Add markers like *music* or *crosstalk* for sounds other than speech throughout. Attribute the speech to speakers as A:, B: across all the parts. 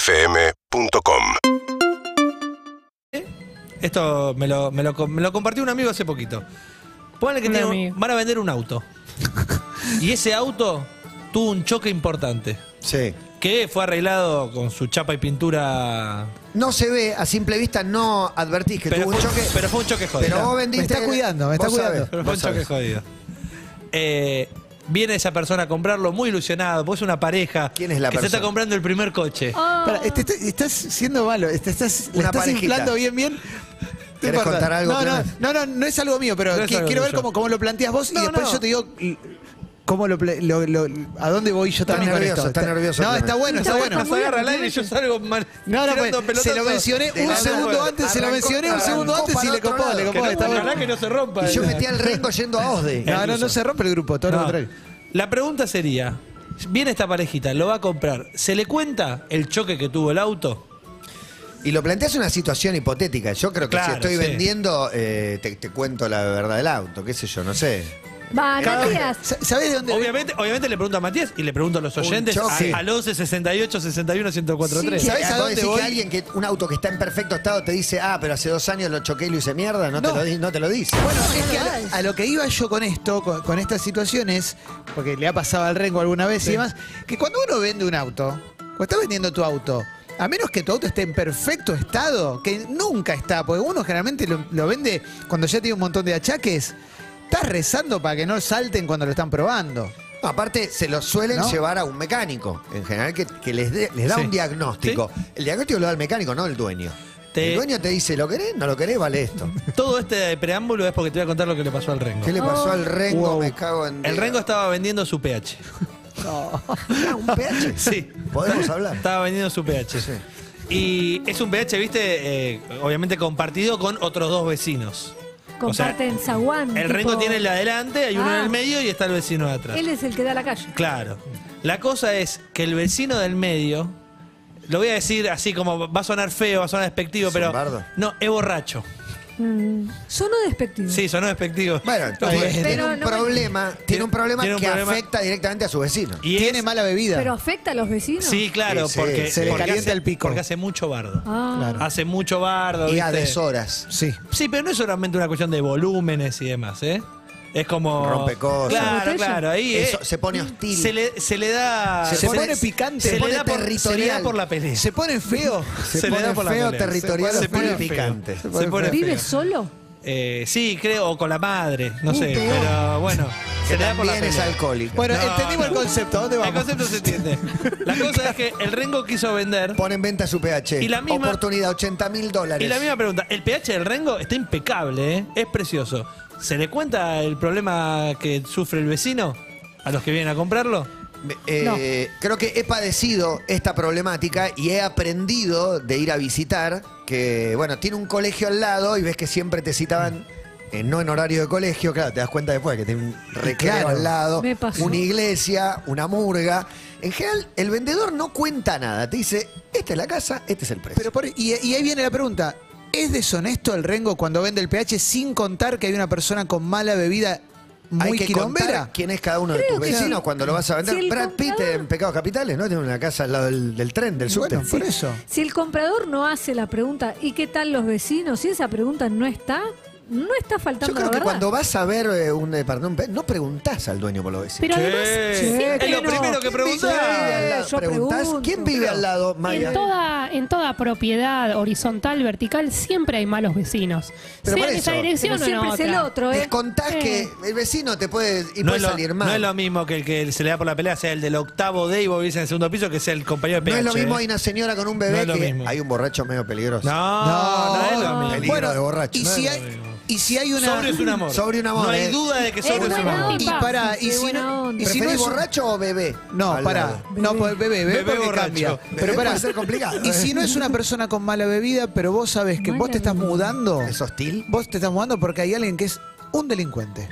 A: UrbanaPlayFM.com
B: Esto me lo, me lo com- me lo compartió un amigo hace poquito. Ponle que
C: Un
B: tiene un-
C: amigo.
B: van a vender un
D: *laughs*
B: auto. y ese auto tuvo un choque importante.
E: Sí.
B: Que fue arreglado con su chapa y pintura.
E: No se ve, a simple vista no advertís que
B: pero,
E: tuvo
B: fue,
E: un choque.
B: pero fue un choque jodido.
E: pero vos vendiste.
D: Me está cuidando, me está
E: vos sabés,
D: cuidando.
B: Pero fue
E: vos
B: un choque
E: sabés.
B: jodido. Eh, viene esa persona a comprarlo muy ilusionado, porque es una pareja
E: ¿Quién es la
B: que se está
E: persona?
B: comprando el primer coche.
D: Pará, este- este- estás siendo malo, este- estás, le
E: Una
D: estás
E: parejita.
D: inflando bien, bien. No
E: ¿Querés
D: importa.
E: contar algo,
D: No, no,
E: Clemen?
D: no, no, no es algo mío, pero
B: No es
D: qui-
B: algo
D: quiero ver
B: tuyo.
D: cómo, cómo lo planteas vos
B: No,
D: y después
B: no.
D: yo te digo l- cómo lo, pla- lo- lo- a dónde voy yo
E: Está
D: también con
E: nervioso,
D: esto.
E: está nervioso,
D: No,
E: Clemen.
D: está bueno, está
B: Nos
D: bueno.
B: agarra al aire y yo salgo mal-
D: No, no,
B: tirando
D: pues, se lo
B: pelotazos.
D: mencioné
B: De
D: un
B: la-
D: segundo antes, se lo
E: Arrancó-
D: mencioné un
E: arrancó
D: segundo antes y
E: para
D: le
E: otro
D: copó,
E: lado.
D: le
B: Que
D: copó,
B: no-
D: está
B: ojalá
D: bueno.
B: que no se rompa. eh.
E: Y yo
B: el- *laughs*
E: metí al rengo yendo a Osde.
B: Eh,
D: No, no, no se rompe el grupo, todo lo
B: No.
D: contrario.
B: La pregunta sería, viene esta parejita, lo va a comprar, ¿se le cuenta el choque que tuvo el auto?
E: Y lo planteas una situación hipotética. Yo creo que
B: Claro,
E: si estoy
B: sí.
E: vendiendo, eh, te, te cuento la verdad del auto, qué sé yo, no sé.
C: Va, Matías.
D: ¿Sabes de dónde?
B: Obviamente, obviamente le pregunto a Matías y le pregunto a los
E: Un
B: oyentes a-
E: choque.
B: al 11 68 61 1043.
C: Sí.
D: ¿Sabés a
E: Vos
D: dónde
E: decís
D: voy?
E: que alguien que un auto que está en perfecto estado te dice, ah, pero hace dos años lo choqué y lo hice mierda, no,
D: No.
E: Te, lo, di- no te lo dice.
D: Bueno,
C: no
D: es
C: lo
D: que a
C: hay.
D: lo, a lo que iba yo con esto, con, con estas situaciones, porque le ha pasado al Rengo alguna vez y demás, que cuando uno vende un auto, cuando estás vendiendo tu auto, a menos que tu auto esté en perfecto estado, que nunca está, porque uno generalmente lo, lo vende cuando ya tiene un montón de achaques, estás rezando para que no salten cuando lo están probando.
E: No, aparte, se lo suelen
D: ¿No?
E: llevar a un mecánico, en general, que, que les, dé- les da
B: Sí.
E: un diagnóstico. El diagnóstico lo da el mecánico, no el dueño.
B: Te-
E: El dueño te dice, ¿lo querés? ¿No lo querés? Vale esto.
B: Todo este preámbulo es porque te voy a contar lo que le pasó al Rengo.
E: ¿Qué le pasó al Rengo?
D: Wow.
E: Me cago en...
B: El Rengo estaba vendiendo su PH.
E: Ah, un PH.
B: *laughs* Sí.
E: Podemos hablar.
B: Estaba vendiendo su PH.
E: Sí.
B: Y es un PH, viste, Eh, obviamente compartido con otros dos vecinos. O sea,
C: Comparten zaguán.
B: el
C: tipo-
B: Rengo tiene el de adelante, hay uno
C: Ah.
B: en el medio y está el vecino de atrás.
C: Él es el que da la calle.
B: Claro. La cosa es que el vecino del medio, lo voy a decir así como va a sonar feo, va a sonar despectivo,
E: ¿Es un
B: pero.
E: bardo?
B: No, es borracho.
C: Mm, Sono despectivo.
B: Sí, sonó despectivo. *laughs*
E: Bueno,
B: Lo
E: tiene,
B: fue.
E: tiene
C: Pero
E: un
C: no me-
E: problema, tiene un problema
B: Tiene un
E: que
B: problema.
E: afecta directamente a su vecino.
B: Y
D: Tiene
B: es-
D: mala bebida.
C: ¿Pero afecta a los vecinos?
B: Sí, claro,
E: Sí, sí,
B: porque.
D: se le
B: porque
D: calienta
B: hace-
D: el pico.
B: Porque hace mucho bardo.
C: Ah.
D: Claro.
B: Hace mucho bardo.
E: Y a
B: ¿viste?
E: deshoras.
D: Sí.
B: Sí, pero no es solamente una cuestión de volúmenes y demás, ¿eh? Es como.
E: Rompe cosas.
B: Claro,
C: Botella.
B: claro. Ahí eh,
E: Eso, se pone hostil.
B: se le, se le da.
D: Se pone picante.
B: Se,
D: Se
B: le
E: pone
B: da por, se le da
E: territorial.
B: por la pelea.
D: Se ponen feos.
E: se,
B: se le
E: pone
B: da por la
E: feo,
B: pelea.
E: territorial,
B: Se
E: se
B: pone
E: pone
B: feo.
E: picante.
B: Se pone
C: ¿Vive
B: feo.
C: solo?
B: Eh, sí, creo, o con la madre, no sé,
E: peor.
B: pero bueno, se
E: Que
B: le da por la
E: también es
B: pelea.
E: alcohólico.
D: Bueno,
B: No,
D: entendimos el
B: no.
D: concepto, ¿a ¿dónde
B: El
D: vamos?
B: concepto se entiende. La cosa es que el Rengo quiso vender.
E: Pone en venta su PH.
B: Y la misma-
E: Oportunidad, 80 mil dólares.
B: Y la misma pregunta, el pH del Rengo está impecable, ¿eh? es precioso. ¿Se le cuenta el problema que sufre el vecino a los que vienen a comprarlo?
E: Eh, Creo que he padecido esta problemática y he aprendido de ir a visitar que, bueno, tiene un colegio al lado y ves que siempre te citaban. eh, no en horario de colegio, claro, te das cuenta después que tiene un recreo
D: claro.
E: al lado,
C: Me pasó.
E: una iglesia, una murga. En general, el vendedor no cuenta nada, te dice, esta es la casa, este es el precio.
D: Pero por- y, y ahí viene la pregunta. ¿Es deshonesto el Rengo cuando vende el PH sin contar que hay una persona con mala bebida muy
E: Hay que
D: quilombera?
E: contar quién es cada uno de
C: Creo
E: tus
C: que
E: vecinos
C: sí.
E: cuando lo vas a vender.
C: Si el
E: Brad Pitt
C: contador-
E: en Pecados Capitales, ¿no? Tiene una casa al lado del, del tren, del subte.
D: Bueno, por eso.
C: Si el comprador no hace la pregunta, ¿y qué tal los vecinos? Si esa pregunta no está, no está faltando
E: Yo creo
C: la
E: que
C: verdad.
E: cuando vas a ver eh, un departamento, no preguntás al dueño por lo vecino.
C: Pero
B: Che,
C: además, siempre
B: es lo
C: no.
B: primero que
C: Sí.
B: preguntás.
D: Eh,
C: yo
E: preguntás
C: pregunto.
E: quién vive al lado, Maya.
F: En toda, en toda propiedad horizontal, vertical, siempre hay malos vecinos.
E: Pero
F: sea
E: por
F: en esa
E: eso.
F: dirección
C: Pero
F: o en
C: siempre es el
F: otra.
C: otro, ¿eh?
E: Te contás
F: Eh.
E: que el vecino te puede y
B: No
E: puede
B: es, lo,
E: salir
B: no
E: mal.
B: es lo mismo que el que se le da por la pelea sea el del octavo D y vos vivís en el segundo piso que sea el compañero de
E: No
B: PH.
E: es lo mismo,
B: ¿eh?
E: hay una señora con un
B: No
E: bebé
B: es lo
E: que
B: mismo.
E: hay un borracho medio peligroso.
B: No, no, es lo mismo.
E: Peligro
D: Bueno,
E: de borracho.
D: Y
E: No
D: si,
E: es
D: hay,
B: lo mismo.
D: y si hay una.
B: Sobrio es un amor.
E: Sobre un amor,
B: No hay
E: eh.
B: duda de que
C: Es
B: sobre es un
C: buena
B: amor.
C: onda.
D: Y pará, y
C: Qué
D: si
C: buena
D: no.
C: onda.
D: Y si no
E: ¿Preferís
D: es un-
E: borracho o bebé?
D: No,
E: Al
D: pará.
E: lado.
D: No, pues bebé, bebé,
B: Bebé
D: porque
B: borracho.
D: cambia.
E: Bebé
D: Pero pará.
E: puede ser complicado,
D: Y
E: eh.
D: si no es una persona con mala bebida, pero vos sabés que
C: Mala
D: vos te estás
C: bebida.
D: mudando.
E: ¿Es hostil?
D: Vos te estás mudando porque hay alguien que es un delincuente.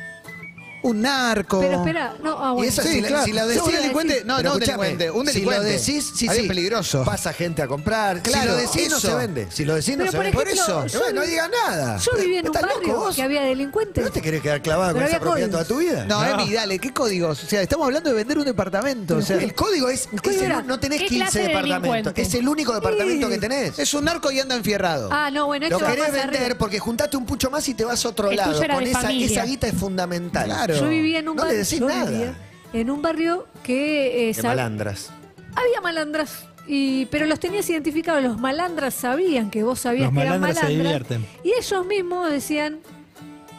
D: un narco.
C: Pero espera, no, ah, bueno.
E: Y eso
D: Sí,
E: si, la-
D: claro.
E: si lo
D: Sí,
E: decís.
D: un delincuente- no,
E: Pero
D: no un
E: escuchame,
D: delincuente,
E: Si
D: un
E: lo
D: delincuente.
E: decís, sí,
D: Alguien
E: sí.
D: peligroso.
E: Pasa gente a comprar. si
D: Claro,
E: lo decís, no
D: eso.
E: se vende. Si lo decís, no
C: Pero,
E: se
C: por
E: vende.
C: ejemplo, yo
E: bueno, no
C: viví-
E: digas nada.
C: Yo vivía en un
E: ¿Estás loco
C: barrio
E: vos?
C: que había
E: ¿Pero
C: delincuentes.
E: no te querés quedar clavado con
C: Pero
E: esa
C: había
E: propiedad toda
C: códigos.
E: tu vida?
D: No,
B: No.
D: Emi, dale, ¿qué códigos? O sea, estamos hablando de vender un departamento. O sea,
E: el código es,
C: El código
E: es el-
C: era,
E: no tenés
F: ¿qué
E: 15
F: clase de
E: departamentos,
F: delincuente?
E: es el único departamento que tenés.
D: es un narco y anda enfierrado.
C: Ah, no, bueno,
E: Lo
C: esto va
E: querés
C: más
E: vender
C: arriba.
E: porque juntaste un pucho más y te vas a otro
F: El
E: lado.
F: tuyo era
E: Con
F: de
E: esa,
F: familia.
E: esa guita es fundamental.
D: Claro.
C: Yo vivía en un
E: No le
C: barrio.
E: decís
C: yo
E: nada.
C: vivía en un barrio que eh,
E: Qué
C: sab-
E: malandras.
C: había malandras. Y, pero los tenías identificados, los malandras sabían que vos sabías
B: Los
C: que eran
B: malandras se
C: malandras.
B: divierten.
C: Y ellos mismos decían,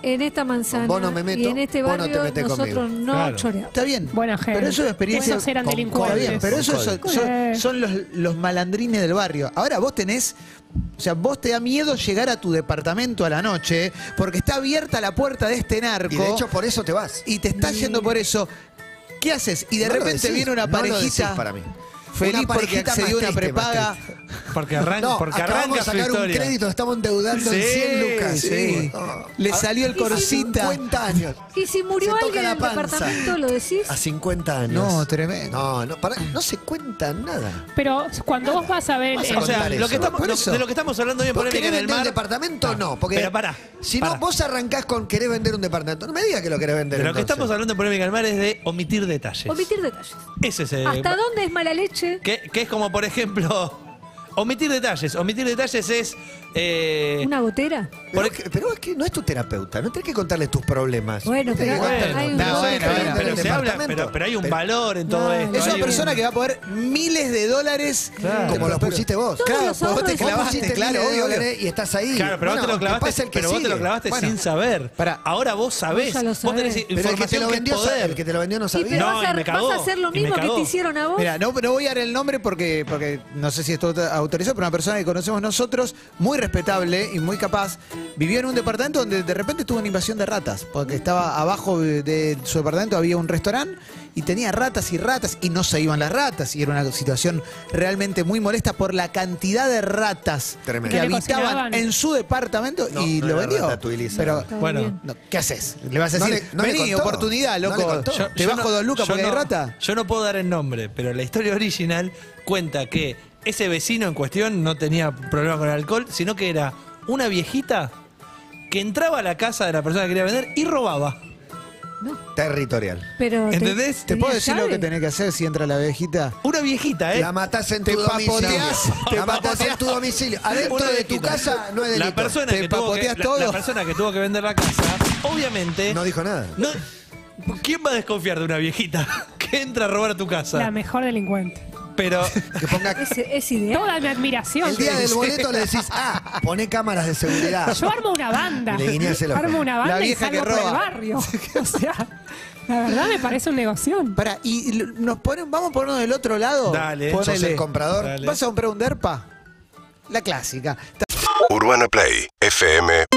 C: en esta manzana
E: vos no me meto,
C: y en este
E: vos no
C: barrio
E: te metés
C: nosotros
E: conmigo".
C: no
B: Claro.
C: choreamos.
D: Está bien.
F: Buena gente.
D: Pero eso es experiencia.
F: Esos eran
E: con
D: Está
F: delincuentes.
E: cobre.
D: bien, pero esos son,
E: Con
D: son-
F: cobre.
D: son los, los malandrines del barrio. Ahora vos tenés. O sea, vos te da miedo llegar a tu departamento a la noche porque está abierta la puerta de este narco
E: Y de hecho, por eso te vas.
D: y te estás yendo por eso. ¿Qué haces? Y de
E: No lo
D: repente
E: decís,
D: viene una
E: no lo
D: parejita
E: decís para mí.
D: feliz
E: Una
D: porque
E: parejita
D: accedió a
E: más
D: una
E: triste, más
D: prepaga.
E: triste.
B: Porque, arran-
E: No,
B: porque arranca
E: acabamos de
B: su
E: sacar un
B: historia.
E: crédito, estamos endeudando en
B: Sí,
E: 100 lucas.
D: Sí.
E: Oh.
D: Le salió el
C: y si-
D: corsita.
E: 50 años.
C: Y si murió
E: Se toca
C: alguien
E: la
C: en el
E: panza.
C: departamento, lo decís.
E: A 50 años.
D: No, tremendo.
E: No, no, pará, no se cuenta nada.
F: Pero cuando vos vas a ver.
E: Vas a
F: el-
B: O sea,
E: Contar
B: lo
E: eso.
B: que estamos,
D: Por
B: lo-
D: eso.
B: de lo que estamos hablando bien
E: ¿Vos
B: polémica en
E: querés
B: el mar.
E: vender
B: Ah.
E: un departamento? No, porque.
B: Pero pará.
E: Si
B: pará.
E: no, vos arrancás con querés vender un departamento. No me digas que lo querés vender.
B: De lo que
E: entonces.
B: estamos hablando en polémica en el mar es de omitir detalles.
C: Omitir detalles.
B: Ese es el-
C: ¿Hasta dónde es mala leche?
B: Que, que es como, por ejemplo, *laughs* omitir detalles. Omitir detalles es. eh,
C: ¿Una gotera?
E: Pero, es que- pero es que no es tu terapeuta, no tenés que contarle tus problemas.
C: Bueno,
E: No tenés
C: pero
E: que contarle-
C: hay un-
E: No,
D: No,
E: no,
D: bueno,
E: no,
D: bueno,
E: no,
B: pero
E: no,
B: se
E: no,
B: habla,
E: departamento.
B: pero, pero hay un valor en todo
C: No,
B: esto.
D: Es una
B: hay
D: persona
B: un-
D: que va a poner miles de dólares.
B: Claro.
E: Como los
D: Pero-
E: pusiste vos.
C: Todos los
D: vos te
C: ahorros-
E: Vos
D: clavaste,
E: pusiste
D: claro,
E: miles de
D: obvio, obvio.
E: dólares y estás ahí.
B: Claro, pero vos
E: Bueno,
B: te lo
E: que pase
B: clavaste,
E: el que
B: pero vos te
E: sigue.
B: lo clavaste
E: Bueno,
B: sin saber.
D: Pará.
B: Ahora vos sabés.
C: ya lo
B: Vos tenés
C: sabés.
E: Pero el que te
B: información
E: lo
B: que,
E: vendió,
B: es
E: sa-
B: poder.
E: el que te lo vendió no
C: Sí,
E: sabía.
C: pero
B: No,
C: vas,
B: y
C: a,
B: me
C: vas
B: cagó,
C: a hacer lo
B: y me
C: mismo que
B: cagó.
C: te hicieron a vos.
D: Mira, no, no voy a dar el nombre porque, porque no sé si esto está autorizado, pero una persona que conocemos nosotros, muy respetable y muy capaz, vivió en un departamento donde de repente tuvo una invasión de ratas, porque estaba abajo de, de su departamento, había un restaurante y tenía ratas y ratas y no se iban las ratas y era una situación realmente muy molesta por la cantidad de ratas
E: Tremendo.
D: que
F: Que le
D: habitaban
F: cocinaban.
D: en su departamento
E: No,
D: y
E: no
D: lo
E: era
D: vendió.
E: ratatouille,
D: Pero,
C: Está
B: bueno,
C: bien.
D: no, ¿qué haces? ¿Le vas a
E: No
D: decir,
E: le- no le
D: vení,
E: contó.
D: oportunidad,
E: No le
D: loco?
E: contó.
B: Yo-
D: ¿Te
B: yo
D: bajo
B: no-
D: dos lucas
B: yo
D: porque hay
B: no-
D: rata?
B: Yo no puedo dar el nombre, pero la historia original cuenta que ese vecino en cuestión no tenía problema con el alcohol, sino que era una viejita que entraba a la casa de la persona que quería vender y robaba.
E: Territorial.
C: Pero te-
B: ¿Entendés?
D: ¿Te puedo
C: ¿tenías
D: decir lo
C: llave?
D: que tenés que hacer si entra la abejita?
B: Una viejita, ¿eh?
E: La matás en
D: Te
E: tu domicilio.
D: papoteás, te
E: La matás en tu domicilio. Adentro
B: Una
E: de tu
B: viejita.
E: casa no es delito.
B: La persona,
D: Te
B: que tuvo que,
D: papoteas
B: la- ¿Eh?
D: todo.
B: la persona que tuvo que vender la casa, obviamente.
E: No dijo nada.
B: no- ¿Quién va a desconfiar de una viejita *laughs* que entra a robar a tu
F: La
B: casa?
F: mejor delincuente.
B: Pero.
E: Que
C: *laughs*
E: ponga
C: Es, es ideal.
F: Toda mi admiración.
E: el día del boleto le decís, ah, poné cámaras de seguridad.
F: Yo armo una banda.
E: Le guiñás el ojo.
F: Armo una banda
D: La
F: y
D: vieja
F: salgo
D: que
F: por el
D: roba.
F: barrio. O sea, la verdad me parece un negoción.
D: Pará, y l- nos ponen, vamos a ponernos del otro lado.
B: Dale.
D: Ponele.
E: ¿Sos el comprador?
B: Dale.
D: ¿Vas a comprar un derpa? La clásica.
A: UrbanaPlay.fm.com